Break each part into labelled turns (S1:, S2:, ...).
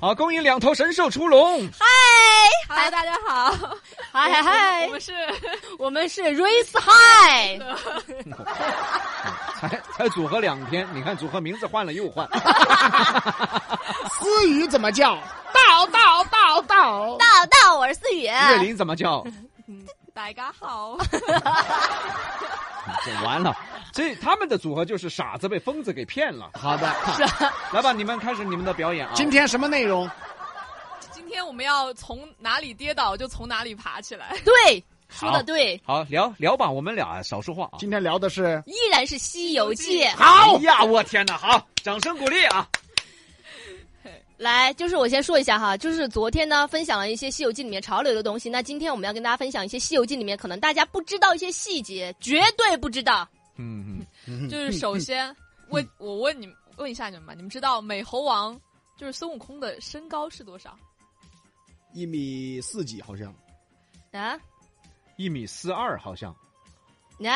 S1: 好，恭迎两头神兽出笼。
S2: 嗨，大家好，
S3: 哎
S2: 我
S3: 嗨嗨嗨，
S2: 们是
S3: 我们是 Race High，
S1: 才才哎组合两天，你看组合名字换了又换。
S4: 思雨怎么叫？到到到到！
S3: 大大，我是思雨。
S1: 岳林怎么叫？
S2: 大家好，
S1: 哎这完了，这他们的组合就是傻子被疯子给骗了。
S4: 好的，
S1: 来吧，你们开始你们的表演啊！
S4: 今天什么内容？
S2: 今天我们要从哪里跌倒就从哪里爬起来。
S3: 对，说的对，
S1: 好聊聊吧，我们俩少说话啊。
S4: 今天聊的是
S3: 依然是《西游记》。
S1: 好呀，我天哪！好，掌声鼓励啊！
S3: 来，就是我先说一下哈，就是昨天呢分享了一些《西游记》里面潮流的东西，那今天我们要跟大家分享一些《西游记》里面可能大家不知道一些细节，绝对不知道。
S1: 嗯
S2: 就是首先问我问你们问一下你们吧，你们知道美猴王就是孙悟空的身高是多少？
S4: 一米四几，好像
S3: 啊，
S1: 一米四二好像，
S3: 啊，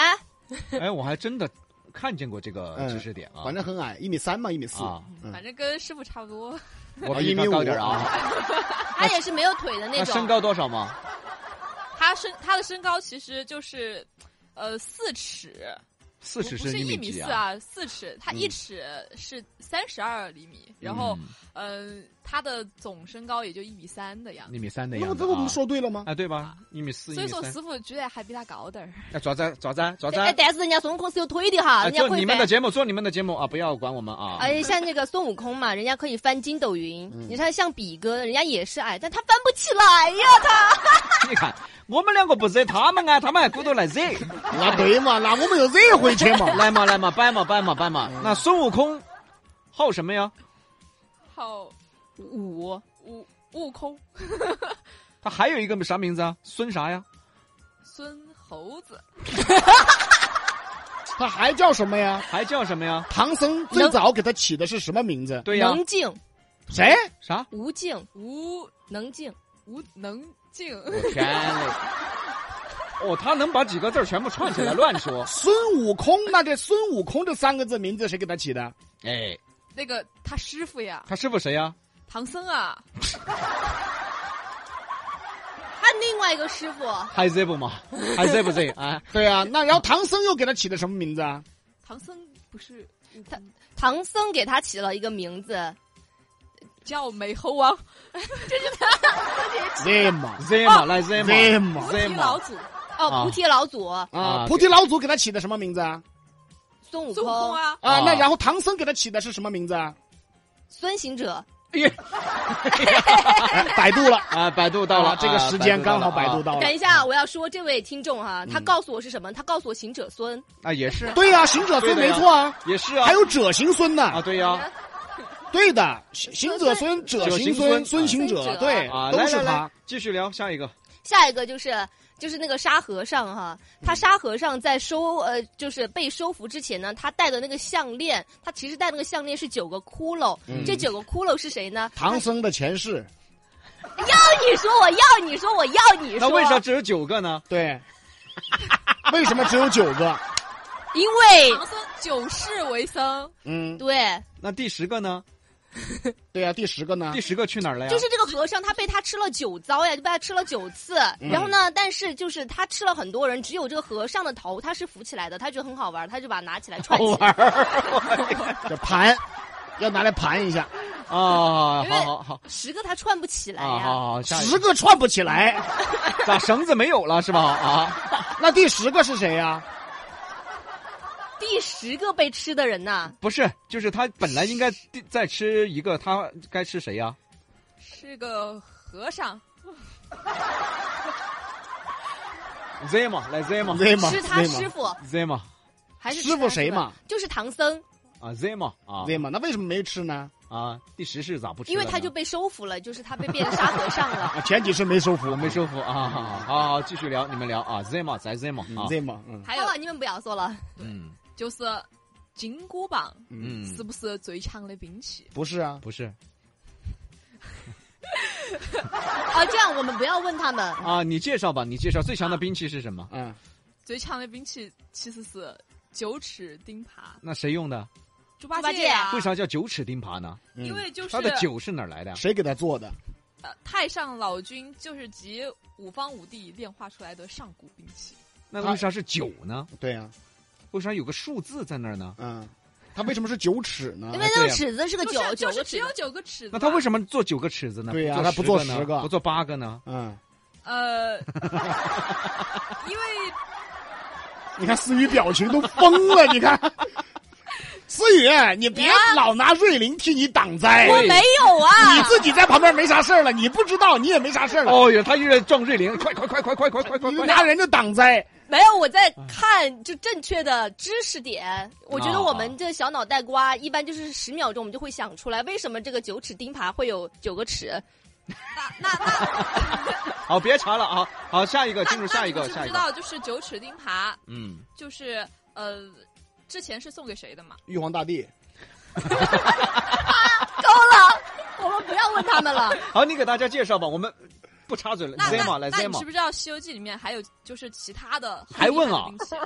S1: 哎，我还真的看见过这个
S4: 嗯
S1: 知识点啊。
S4: 反正很矮，一米三嘛，一米四。
S1: 啊，
S4: 嗯
S2: 反正跟师傅差不多，
S1: 我
S4: 啊
S1: 比
S4: 一
S1: 他
S4: 米五
S1: 高点儿啊。
S3: 他也是没有腿的那
S1: 那
S3: 种。
S1: 身高多少吗？
S2: 他身他的身高其实就是。呃，四尺，
S1: 四尺
S2: 不是
S1: 一
S2: 一
S1: 米
S2: 米
S1: 几
S2: 四
S1: 啊？
S2: 啊，四尺，他一
S1: 嗯
S2: 尺是三十二厘米，然后呃，他的总身高也就一米三的样
S1: 嗯
S2: 子，
S1: 一米三的
S4: 那
S1: 样
S4: 不
S1: 子
S4: 这不我们
S1: 啊。
S4: 说对了吗？
S1: 啊，对吧？一米四，一
S2: 所以
S1: 米
S2: 说
S1: 三。
S2: 师傅觉得还比他高点儿。
S1: 哎，爪子，爪子，爪子。
S3: 哎，但是人家孙悟空是有腿的哈，
S1: 哎，
S3: 人家
S1: 做
S3: 会
S1: 你们
S3: 翻
S1: 的。节目，做你们的节目啊！不要管我们啊！
S3: 哎，像那个孙悟空嘛，人家可以翻筋斗云。
S4: 嗯
S3: 你看，像比哥，人家也是哎矮，但他翻不起来 呀。
S1: 你看，我们两个不惹他们啊，他们还鼓捣来惹。
S4: 啊那对嘛，那我们又惹回去嘛。
S1: 来嘛，来嘛，掰嘛，掰嘛，掰嘛。
S4: 嗯
S1: 那孙悟空好什么呀？
S2: 好，
S3: 五
S2: 悟悟空，
S1: 他还有一个啥名字啊？孙啥呀？
S2: 孙猴子，
S4: 他 还叫什么呀？
S1: 还叫什么呀？
S4: 唐僧最早给他起的是什么名字？
S1: 对呀，
S3: 能静
S4: 谁？
S1: 啥？
S3: 无静
S2: 无
S3: 能静，
S2: 无能静，
S1: 我天嘞！ 哦，他能把几个字儿全部串起来乱 说。
S4: 孙悟空？那这孙悟空这三个字名字谁给他起的？
S1: 哎，
S2: 那个他师傅呀，
S1: 他师傅谁呀？
S2: 唐僧啊，
S3: 他另外一个师傅
S1: 还惹不嘛？还惹不惹啊？
S4: 对啊，那然后唐僧又给他起的什么名字啊？
S2: 唐僧不是悟空
S3: 他唐僧给他起了一个名字，
S2: 叫美猴王，
S4: 惹嘛
S1: 惹嘛，来惹嘛，
S4: 惹嘛
S2: 菩
S1: 惹
S2: 提老
S1: 嘛。
S2: 祖，
S1: 啊
S3: 哦，菩提老祖
S1: 啊
S4: 啊！菩提老祖给他起的什么名字啊？
S3: 孙悟
S2: 孙悟空
S3: 空、
S2: 啊，
S4: 啊，
S1: 啊
S4: 那然后唐僧给他起的是什么名字啊？
S3: 孙行者，
S1: 哎呀
S4: 哎， 百度了
S1: 啊，百度到了
S4: 啊，这个时间刚好百度
S1: 到
S4: 到了啊
S3: 等。一下，我要说这位听众哈，他
S1: 嗯
S3: 告诉我是什么？他告诉我行者孙，
S1: 啊，也是，
S4: 对呀，行者
S1: 对
S4: 孙
S1: 的
S4: 没
S1: 呀
S4: 错啊，
S1: 也是啊
S4: 还。有者行孙
S1: 啊，
S4: 呢。
S1: 对呀。
S4: 对的，行行者孙、者
S1: 者行
S4: 行
S1: 孙
S4: 孙、孙行
S3: 啊
S4: 者，对
S1: 啊，，
S4: 都
S1: 来
S4: 是
S1: 来来
S4: 他。，
S1: 继续聊下一个。
S3: 下一个就是就是那个沙和尚哈，
S1: 嗯
S3: 他沙和尚在收呃就是被收服之前呢，他戴的那个项链，他其实戴那个项链是九个窟窿，
S4: 嗯
S3: 这九个窟窿是谁呢？
S4: 唐僧的前世，
S3: 要你说我要你说我要你
S1: 那
S3: 说，
S1: 为啥只有九个呢？
S4: 对。 为什么只有九个？
S3: 因为
S2: 唐僧九世为僧，
S4: 嗯，
S3: 对，
S1: 那第十个呢？
S4: 对呀，第十个呢
S1: 第？十个去哪儿了呀？
S3: 就是这个和尚，他被他吃了九遭呀，就被他吃了九次。然后呢，但是就是他吃了很多人，只有这个和尚的头他是浮起来的，他觉得很好玩，他就把它拿起来
S1: 好
S3: 串起来。
S1: 玩儿
S4: 这盘要拿来盘一下，
S1: 啊！好
S3: 因为
S1: 好好
S3: 十个他串不起来
S1: 啊！
S3: 呀。
S1: 好好，下一
S4: 十个串不起来。
S1: 咋绳子没有了是吧？啊，
S4: 那第十个是谁呀？
S3: 第十个被吃的人呐、
S1: 不是，就是他本来应该第再吃一个，他该吃谁呀？
S2: 是个和尚，
S1: z 嘛，来 z 嘛
S4: 对吗？
S3: 是他
S4: 对吗
S3: 师傅
S1: z 嘛
S3: 还是吃
S4: 师
S3: 他
S4: 傅谁
S3: 吧？
S4: 嘛？
S3: 就是唐僧，
S1: 啊 z 嘛啊
S4: 对吗？那为什么没吃呢？
S1: 啊！第十是咋不吃
S3: 因
S1: 了呢？
S3: 为他就被收服了，就是他被变成沙和尚了。
S4: 啊，前几世没收服，
S1: 我没收服啊！好好好好，继续聊，你们聊啊 z 嘛，咱 z 嘛啊
S4: 嗯，，对吗？嗯
S2: 还
S3: 还
S2: 有
S3: 有你们不要说了，
S1: 嗯
S2: 就是金箍棒，
S4: 嗯，
S1: 嗯
S2: 是，不是最强的兵器？
S4: 不是啊，
S1: 不是
S3: 啊，这样我们不要问他们。
S1: 啊，你介绍吧，你介绍最
S2: 啊
S1: 强的兵器是什么？
S4: 嗯，
S2: 最强的兵器其实是九齿钉耙，
S1: 那谁用的？
S2: 猪八
S3: 猪八戒
S2: 戒啊，
S1: 为啥叫九齿钉耙呢？
S4: 嗯
S2: 因为就是
S1: 它的九是哪儿来的呀？
S4: 谁给他做的？
S2: 呃太上老君就是集五方五帝炼化出来的上古兵器。
S1: 那
S4: 它
S1: 为啥是九呢？
S4: 对呀、
S1: 为啥有个数字在那儿呢？
S4: 嗯，他为什么是九齿呢
S3: 因？为那个尺子是个
S2: 不
S3: 九
S2: 是，
S3: 九
S2: 就
S3: 个
S2: 是
S3: 尺
S2: 只
S3: 子
S2: 有。九个尺子嘛。
S1: 那他为什么做九个齿子呢？
S4: 对呀
S1: 呀，
S4: 它不做
S1: 呢
S4: 十个
S1: 不做八个呢？
S4: 嗯，
S2: 呃，因为
S4: 你看思雨表情都疯了，你看， 思雨，你别老拿瑞玲替你挡灾，
S3: 我没有啊，
S4: 你自己在旁边没啥事儿了，你不知道，你也没啥事儿了，
S1: 哦哟，他又在撞瑞玲，快快快快快快快快
S4: 你
S1: 快！
S4: 拿人家挡灾，
S3: 没有我在看就正确的知识点。我觉得我们这小脑袋瓜一般就是十秒钟我们就会想出来，为什么这个九齿钉耙会有九个齿？
S2: 那那
S1: 好，别查了啊！好，下一个，进入
S2: 那
S1: 下一
S2: 你
S1: 个，
S2: 们知
S1: 下
S2: 不
S1: 一
S2: 知
S1: 个。
S2: 道就是九齿钉耙，
S1: 嗯，
S2: 就是呃，之前是送给谁的嘛？
S4: 玉皇大帝，
S3: 够了， 我们不要问他们了。
S1: 好，你给大家介绍吧，我们不插嘴了。
S2: 那
S1: Zema
S2: 那
S1: 来
S2: 那你
S1: ，Zema
S2: 知不知道《西游记》里面还有就是其他的
S1: 还问啊
S2: 很厉害的 兵器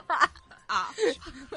S2: 啊，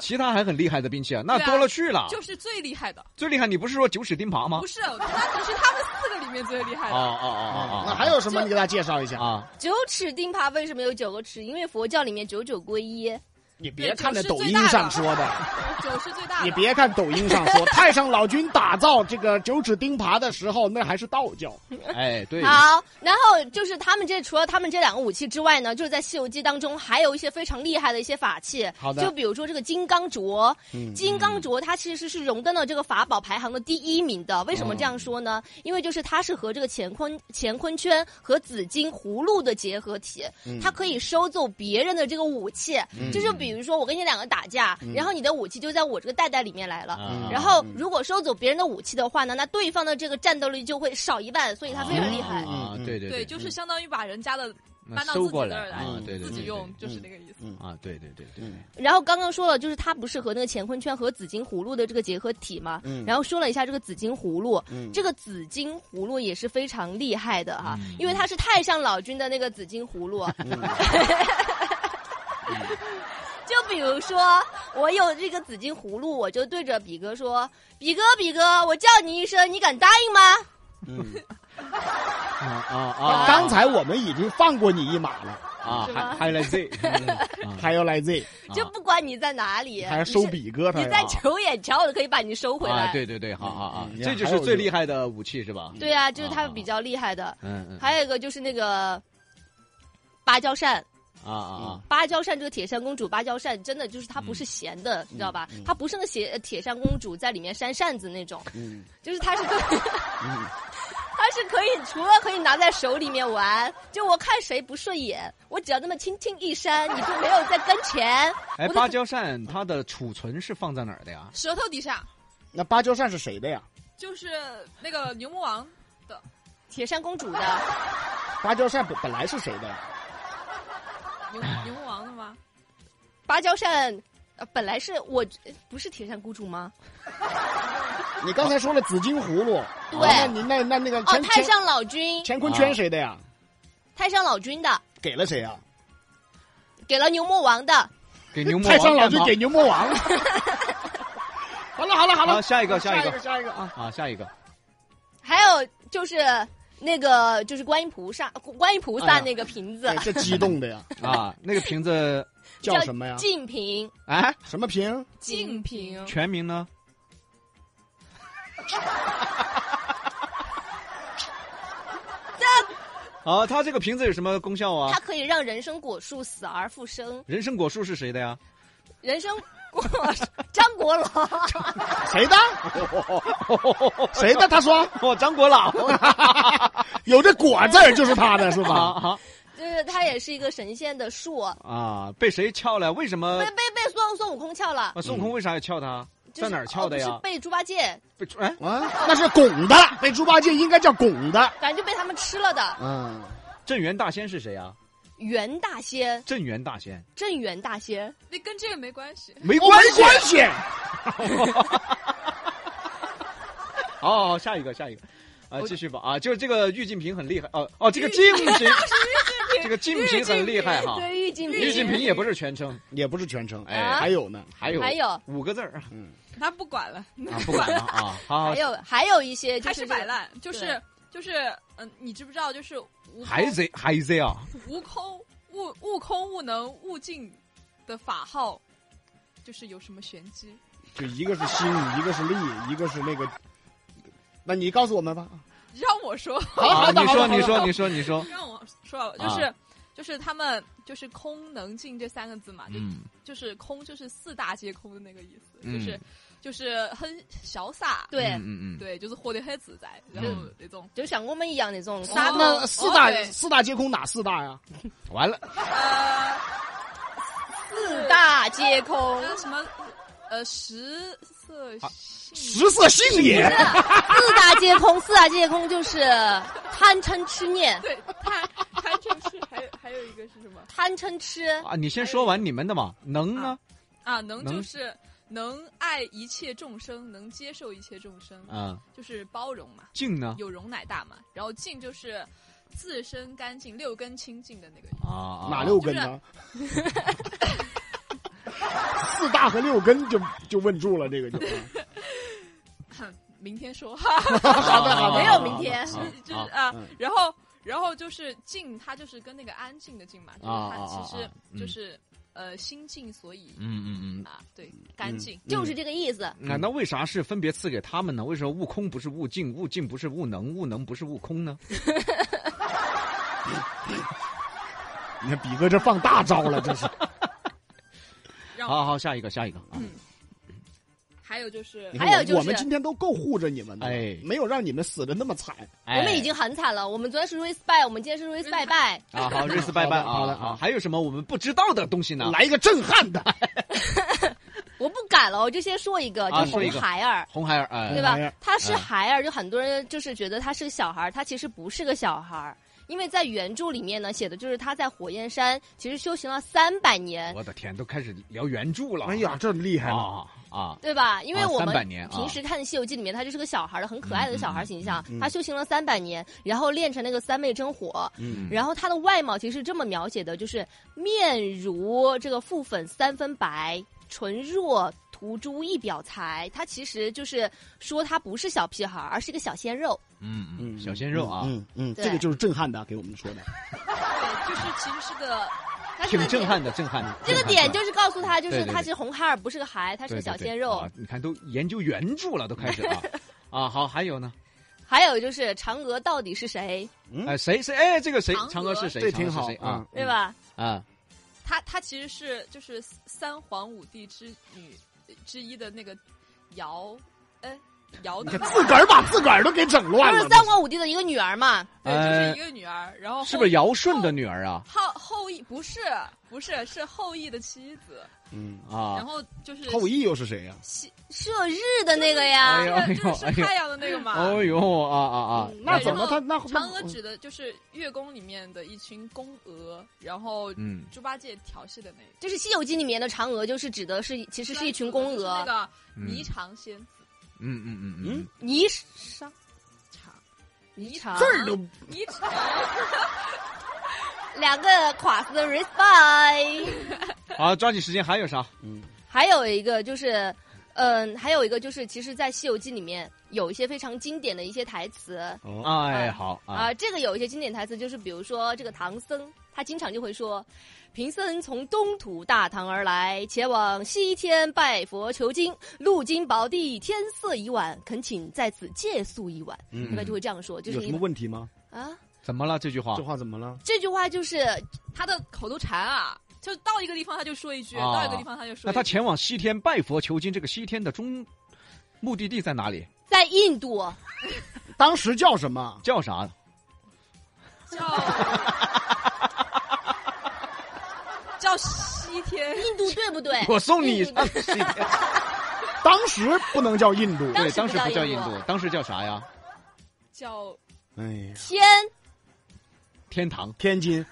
S1: 其他还很厉害的兵器啊，那
S2: 对啊
S1: 多了去了。
S2: 就是最厉害的，
S1: 最厉害，你不是说九齿钉耙吗
S4: 啊
S2: 不？是他只是他们四个里面最厉害
S1: 啊
S2: 的。
S1: 啊啊啊啊！
S4: 那还有什么？你给大家介绍一下。
S1: 啊，
S3: 九齿钉耙为什么有九个齿？因为佛教里面九九归一。
S4: 你
S2: 对
S4: 别
S2: 九
S4: 看那
S2: 是
S4: 抖
S2: 最
S4: 音
S2: 大的
S4: 上说的，
S2: 九是最大的。
S4: 你别看抖音上说，太上老君打造这个九齿钉耙的时候，那还是道教。
S1: 哎，对，
S2: 啊
S3: 好，然后就是他们这除了他们这两个武器之外呢，就是在《西游记》当中还有一些非常厉害的一些法器。
S4: 好的
S3: 就比如说这个金刚镯，
S4: 嗯
S3: 金刚镯它其实是荣登了这个法宝排行的第一名的。为什么这样说呢？
S4: 嗯
S3: 因为就是它是和这个乾坤乾坤圈和紫金葫芦的结合体，
S4: 嗯
S3: 它可以收走别人的这个武器。这就比如说我跟你两个打架，
S4: 嗯
S3: 然后你的武器就在我这个袋袋里面来了。
S1: 啊
S3: 然后，如果收走别人的武器的话呢，那对方的这个战斗力就会少一半，所以它非常厉
S4: 哦
S3: 害。
S1: 啊，对对
S2: 对，就是相当于把人家的搬到自
S1: 收
S2: 己
S1: 过
S2: 那
S1: 来
S2: 儿来
S1: 啊，对对，
S2: 自己用，就是
S4: 嗯
S2: 那个意思。
S1: 啊，对对 对对，
S3: 然后刚刚说了，就是它不是和那个乾坤圈和紫金葫芦的这个结合体嘛？
S4: 嗯
S3: 然后说了一下这个紫金葫芦，
S4: 嗯
S3: 这个紫金葫芦也是非常厉害的哈，
S1: 嗯
S3: 因为它是太上老君的那个紫金葫芦。
S4: 嗯
S3: 就比如说，我有这个紫金葫芦，我就对着比哥说：“比哥，比哥，我叫你一声，你敢答应吗
S4: 嗯，
S1: 啊啊啊！
S4: 刚才我们已经放过你一马了，
S1: 啊，还还来这，
S4: 还要来 Z，
S1: 啊？”
S3: 就不管你在哪里，
S4: 还要收笔哥
S3: 你是，
S4: 他要
S3: 你在求眼瞧，我都可以把你收回来。
S1: 啊，对对对，好啊啊
S4: 嗯，
S1: 这就是最厉害的武器是吧？
S3: 对啊，就是他比较厉害的。
S1: 嗯嗯，
S3: 还有一个就是那个芭蕉扇，
S1: 啊啊
S3: 芭蕉扇这个铁扇公主，芭蕉扇真的就是它不是闲
S4: 嗯
S3: 的，你知道吧？它不是那个铁铁扇公主在里面扇扇子那种，
S4: 嗯
S3: 就是它 是可以，
S4: 嗯
S3: 它是可以除了可以拿在手里面玩，就我看谁不顺眼，我只要那么轻轻一扇，你就没有在跟前。
S1: 啊！哎，芭蕉扇它的储存是放在哪儿的呀？
S2: 舌头底下
S4: 那芭蕉扇是谁的呀？
S2: 就是那个牛魔王，
S3: 铁扇公主的，
S4: 芭蕉扇本本来是谁的呀？
S2: 牛牛魔王的吗？
S3: 芭蕉扇。呃本来是我不是铁扇公主吗？
S4: 你刚才说了紫金葫芦，哦
S3: 对
S4: 那你那那那个
S3: 哦，
S4: 乾
S3: 太
S4: 乾
S3: 上老君，
S4: 乾坤圈谁的呀？
S3: 太上老君的，
S4: 给了谁啊？
S3: 给了牛魔王的，
S1: 给牛魔
S4: 太
S1: 王
S4: 上老
S1: 干
S4: 君
S1: 嘛
S4: 给牛魔 王了。好了好了好
S1: 好，
S4: 了，
S1: 啊下一个
S4: 下
S1: 一
S4: 个下一个啊！
S1: 啊，下一个
S3: 还有就是那个就是观音菩萨，观音菩
S4: 哎
S3: 萨
S4: 呀
S3: 那个瓶子、
S4: 对这激动的 呀，
S1: 啊，那个瓶子
S4: 叫什么呀？
S3: 净瓶，
S1: 啊，
S4: 什么瓶？
S2: 净瓶
S1: 全名呢？好，啊它这个瓶子有什么功效啊
S3: 它？可以让人参果树死而复生。
S1: 人参果树是谁的呀？
S3: 人参 果 张国龙，
S4: 谁的？谁的？他说
S1: 哦，张果老
S4: 有这“果”字儿就是他的，是
S1: 啊
S4: 吧？
S1: 啊
S3: 就是它也是一个神仙的树，
S1: 啊！被谁撬了？为什
S3: 被
S1: 么？
S3: 被被孙孙悟空撬了，
S1: 啊，孙悟空为啥要撬他？
S3: 就是
S1: 在哪儿撬的
S3: 哦不
S1: 呀
S3: 是？被猪八戒，
S1: 被哎，
S4: 啊，那是拱的，被猪八戒应该叫拱的。
S3: 反正就被他们吃了的。
S4: 嗯，
S1: 镇元大仙是谁啊？
S3: 袁大仙，
S1: 镇元大仙
S3: 镇元大仙，
S2: 那跟这个没关系。
S1: 没啊
S4: 没关系。
S1: 好好，下一个，下一个，啊，继续吧啊，就是这个玉净瓶很厉害哦哦，这个净瓶，这个净瓶很厉害哈
S3: 对玉易筋
S1: 易
S3: 平，
S1: 筋平哎也不是全称，
S4: 也不是全称，哎，
S3: 啊
S4: 还有呢，
S1: 还有
S3: 还有
S1: 五个字儿
S2: 他不管了，
S1: 啊，不管了啊，好
S3: 还，有还有一些就
S2: 还
S3: 是
S2: 是
S3: 这
S2: 摆
S3: 个
S2: 烂，就是就是嗯、呃你知不知道？就是悟
S1: 海
S2: 空
S1: 贼海贼啊，
S2: 悟空悟悟空悟能悟净的法号，就是有什么玄机？
S4: 就一个是心，一个是力，一个是那个。那你告诉我们吧。啊
S2: 让我说，
S4: 好了，好
S1: 你
S4: 的，好
S1: 说
S4: 了，
S1: 你
S4: 好了
S1: 说你说你说，
S2: 让我说，就是、
S1: 啊
S2: 就是他们就是空能净这三个字嘛，就、
S1: 嗯
S2: 就是空就是四大皆空的那个意思，
S1: 嗯
S2: 就是就是很潇洒，
S3: 对，
S1: 嗯嗯嗯，
S2: 对，就是活得很自在，然后那种。
S3: 就像我们一样那
S1: 嗯
S3: 种
S2: 啥
S3: 沙
S2: 都
S4: 那四大、
S2: 哦对
S4: 四大皆空哪四大呀？
S1: 完了，
S2: 呃，
S3: 四大皆空，
S1: 啊
S2: 呃什么呃食色性
S4: 食色性也。
S3: 四大皆空，四大皆空就是贪嗔痴念，
S2: 对，贪贪嗔痴，还有还有一个是什么
S3: 贪嗔痴，
S1: 啊，你先说完你们的嘛，能呢？
S2: 啊？能
S1: 能
S2: 就是能爱一切众生，能接受一切众生，
S1: 嗯，
S2: 就是包容嘛，
S1: 静呢？
S2: 有容乃大嘛。然后净就是自身干净、六根清净的那个意思。
S1: 啊，
S4: 哪六根呢？ 四大和六根就就问住了，这个就 啊
S2: 明天说，
S1: 好的
S3: 没有明天
S2: 就是 就是啊
S4: 嗯，
S2: 然后然后就是静，它就是跟那个安静的静嘛，就是
S1: 啊
S2: 它
S1: 啊啊
S2: 其实
S1: 啊
S2: 就
S1: 嗯
S2: 是呃心静，所以
S1: 嗯嗯
S2: 啊，对，干净。
S3: 就是这个意思。
S1: 嗯，那那为啥是分别赐给他们呢？为什么悟空不是悟净，悟净不是悟能，悟能不是悟空呢？
S4: 你看比哥这放大招了， 这是
S2: 让
S1: 好好，下一个下一个
S3: 嗯
S1: 啊，
S2: 还有就是
S4: 你，看
S3: 还有
S4: 我
S3: 就是
S4: 我们今天都够护着你们的，
S1: 哎
S4: 没有让你们死的那么惨。
S1: 哎
S3: 我们已经很惨了，我们昨天是 r e s p e 我们今天是 r e s p e 拜。
S1: 啊好，瑞斯拜 拜啊，
S4: 好的好的
S1: 啊，还有什么我们不知道的东西呢？
S4: 来一个震撼的，
S3: 我不敢了，我就先说一个，
S1: 啊
S3: 就
S1: 说一
S3: 红
S1: 个
S3: 孩儿。
S1: 红孩儿，哎，
S3: 对
S4: 红
S3: 吧
S4: 孩儿？
S3: 他是孩儿，就很多人就是觉得他是个小孩儿，他其实不是个小孩儿，因为在原著里面呢写的就是他在火焰山其实修行了三百年，
S1: 我的天，都开始聊原著了。
S4: 哎呀，，这厉害了！
S1: 啊啊，
S3: 对吧？因为
S1: 啊
S3: 我
S1: 300
S3: 们
S1: 年啊
S3: 平时看《西游记》里面，他就是个小孩儿的，很可爱的小孩儿形象
S4: 嗯嗯嗯。
S3: 他修行了三百年，然后练成那个三昧真火，
S4: 嗯，
S3: 然后他的外貌其实是这么描写的，就是面如这个覆粉三分白，唇若涂朱一表才。他其实就是说他不是小屁孩儿，而是一个小鲜肉。
S1: 嗯嗯，小鲜肉啊，
S4: 嗯嗯，
S3: 对
S4: 这个就是震撼的，给我们说的。
S2: 对，就是其实是个
S3: 但是
S1: 挺
S3: 这个
S1: 震
S3: 点
S1: 撼的，震撼的。
S3: 这个点就是告诉他，就
S1: 对
S3: 是
S1: 对对
S3: 他是红孩儿，不是个孩，他
S1: 他
S3: 是个小鲜肉。
S1: 啊你看都研究原著了，都开始 啊啊，好，还有呢，
S3: 还有就是嫦娥到底是谁，
S1: 哎，谁谁哎，这个谁，
S2: 嫦
S1: 嫦
S2: 娥
S1: 娥是谁？
S4: 这
S1: 嫦娥
S4: 挺
S1: 是
S4: 好嗯
S1: 谁啊
S3: 对？吧？
S1: 啊，
S2: 她她其实是就是三皇五帝之女之一的那个尧，哎，尧
S4: 你
S2: 的
S4: 看自个儿把自个儿都给整乱
S3: 就
S4: 了
S3: 是。三皇五帝的一个女儿嘛。
S2: 对，就是一个女儿，然
S3: 哦
S2: 后
S1: 是不是尧舜的女儿啊？
S2: 后后羿不是不是是后羿的妻子，
S4: 嗯，
S2: 然
S1: 啊，
S2: 后就是
S4: 后羿又是谁呀？
S2: 西
S3: 射日的那个呀
S1: 哎，呦
S2: 就是就是
S1: 哎呦
S2: 太阳的那个嘛。
S1: 哦呦啊啊啊！
S4: 那
S2: 对
S4: 怎么
S2: 然后
S4: 他那
S2: 嫦娥指的就是月宫里面的一群宫娥，然后
S1: 嗯，
S2: 猪八戒调戏的那一
S3: 就是《西游记》里面的嫦娥，就是指的是其实是一群宫
S2: 就是那
S3: 娥。
S2: 个
S1: 嗯
S2: 霓裳仙子
S1: 嗯嗯嗯嗯
S4: 嗯，
S3: 霓裳，
S2: 长
S3: 霓
S4: 字
S3: 裳，
S4: 儿
S1: 嗯
S4: 都
S2: 霓裳，
S3: 两个垮死的 respect。
S1: 好，啊抓紧时间，还有啥？
S4: 嗯
S3: 还有一个就是，嗯，还有一个就是，其实，在《西游记》里面有一些非常经典的一些台词
S4: 哦
S1: 哎，好啊
S3: 啊、，这个有一些经典台词，就是比如说这个唐僧，他经常就会说：“贫僧从东土大唐而来，前往西天拜佛求经，路经宝地，天色已晚，恳请在此借宿一晚。”一
S4: 嗯
S3: 般就会这样说，就是
S4: 有什
S3: 你
S4: 么问题吗？
S3: 啊，
S1: 怎么了这句话
S4: 这？话怎么了？
S3: 这句话就是
S2: 他的口头禅啊，就到一个地方他就说一句，
S1: 啊
S2: 到一个地方他就说
S1: 那
S2: 一句。
S1: 他前往西天拜佛求经，这个西天的中目的地在哪里？
S3: 在印度。
S4: 当时叫什么？
S1: 叫啥？
S2: 叫叫西天，
S3: 印度对不 对？
S1: 我送你
S3: 印度
S1: 上西天。
S4: 当时不能叫印度。
S1: 啊对，当
S3: 当
S1: 时
S3: 时
S1: 不叫
S3: 不叫
S1: 印
S3: 印
S1: 度
S3: 度，
S1: 当时叫啥呀？
S2: 叫
S4: 哎呀，
S3: 天
S1: 天堂。
S4: 天津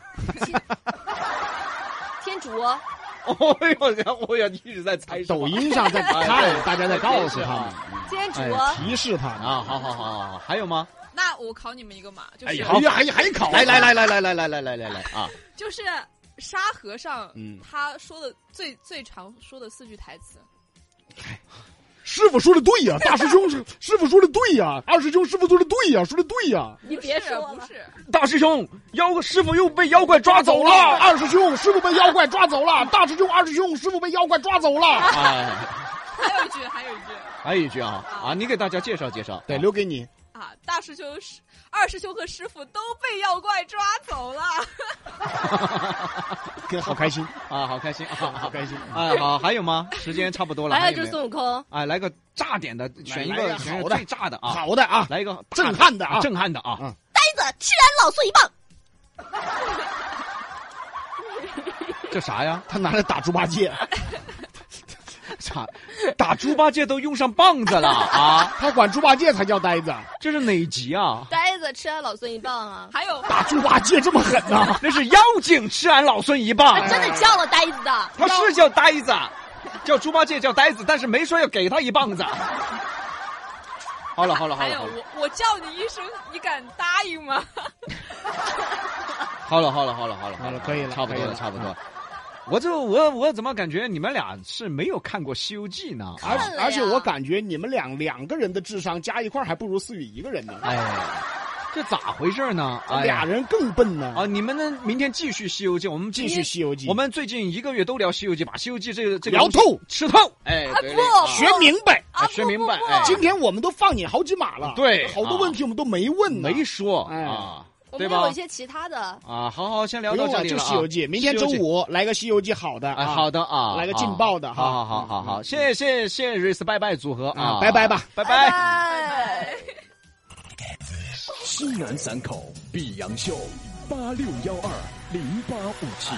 S3: 天竺，
S1: 哦呦，然后我要一直在猜
S4: 抖音上在看，大家在告诉他们，
S3: 天竺、
S1: 哎
S4: 提示他们
S1: 啊！好好好好，好还有 吗？
S2: 那我考你们一个嘛，就是、
S1: 哎呀
S4: 哎呀，还还考
S1: 来来来来来来来来来来来来啊！
S2: 就是沙和尚
S4: 嗯，
S2: 他说的最最常说的四句台词，
S4: 师傅说的对呀、大师兄是师傅说的对呀、二师兄师傅说的对呀、说的对呀、
S3: 你
S2: 不
S3: 别
S2: 是
S3: 说
S2: 不
S3: 了，
S2: 是，
S1: 大师兄，妖师傅又被妖怪抓走了。
S4: 二师兄师傅被妖怪抓走了，大师兄二师兄师傅被妖怪抓走了。
S1: 哎，
S2: 还有一句，还有一句
S1: 还有一句啊啊，你给大家介绍介绍。
S4: 对，留给你。
S2: 啊，大师兄、师二师兄和师傅都被妖怪抓走了。
S4: 好开心，
S1: 啊，好开心啊，
S4: 好
S1: 好开
S4: 开心。
S1: 心。哎，好，还有吗？时间差不多了。
S3: 还有
S1: 有
S3: 就是
S1: 没有
S3: 孙悟空，
S1: 哎，来个炸点的，选一
S4: 来
S1: 个
S4: 个
S1: 选一
S4: 好
S1: 个
S4: 的
S1: 最炸的啊，
S4: 好的啊，
S1: 来一个大
S4: 震撼的啊，
S1: 震撼的啊
S4: 嗯。
S3: 呆子吃俺老孙一棒，
S1: 这啥 呀？
S4: 他拿来打猪八戒，
S1: 啥？打猪八戒都用上棒子了啊！
S4: 他管猪八戒才叫呆子，
S1: 这是哪集啊？
S3: 呆子吃俺老孙一棒啊！
S2: 还有
S4: 打猪八戒这么狠呐、
S1: 那是妖精吃俺老孙一棒
S3: 他，
S4: 哎
S3: 真的叫了呆子的，
S1: 他是叫呆子，叫猪八戒叫呆子，但是没说要给他一棒子。好了好了好
S2: 还
S1: 了
S2: 有
S1: 好了
S2: 我我叫你一声，你敢答应吗？
S1: 好了好了好了好了
S4: 好了可以了
S1: 差不多
S4: 可以
S1: 了
S4: 了啊
S1: 差不多了。我这我我怎么感觉你们俩是没有看过《西游记》呢？
S4: 而
S3: 看了呀
S4: 而且我感觉你们两两个人的智商加一块儿还不如思雨一个人呢，
S1: 哎，这咋回事呢？哎
S4: 俩
S1: 呀
S4: 人更笨呢。
S1: 啊！你们呢？明天继续《西游记》，我们
S4: 继续《西游记》，
S1: 我们最近一个月都聊《西游记》，把《西游记》这个这个
S4: 聊透
S1: 吃透。哎，对对
S2: 不
S1: 啊
S4: 学明白。
S1: 哎学明白。哎
S4: 今天我们都放你好几马了，
S1: 对
S4: 好多问题我们都没问呢，
S1: 没说
S4: 哎
S1: 啊，
S3: 我
S1: 对
S3: 们
S1: 吧
S3: 有一？些其他的，
S1: 啊，好好，先聊
S4: 不
S1: 到
S4: 用
S1: 这
S4: 了，
S1: 里
S4: 就《
S1: 了啊。
S4: 哎西游记》，明天周
S1: 西游记
S4: 五来个《西游记》好的
S1: 哎，
S4: 啊，
S1: 好的啊，
S4: 来个劲爆的哈嗯
S1: 好好好好好，谢谢谢谢 Rice 拜拜组合啊，
S4: 啊拜拜吧，
S1: 拜拜。
S3: 哎。
S5: 西南散口碧阳秀八六幺二零八五七。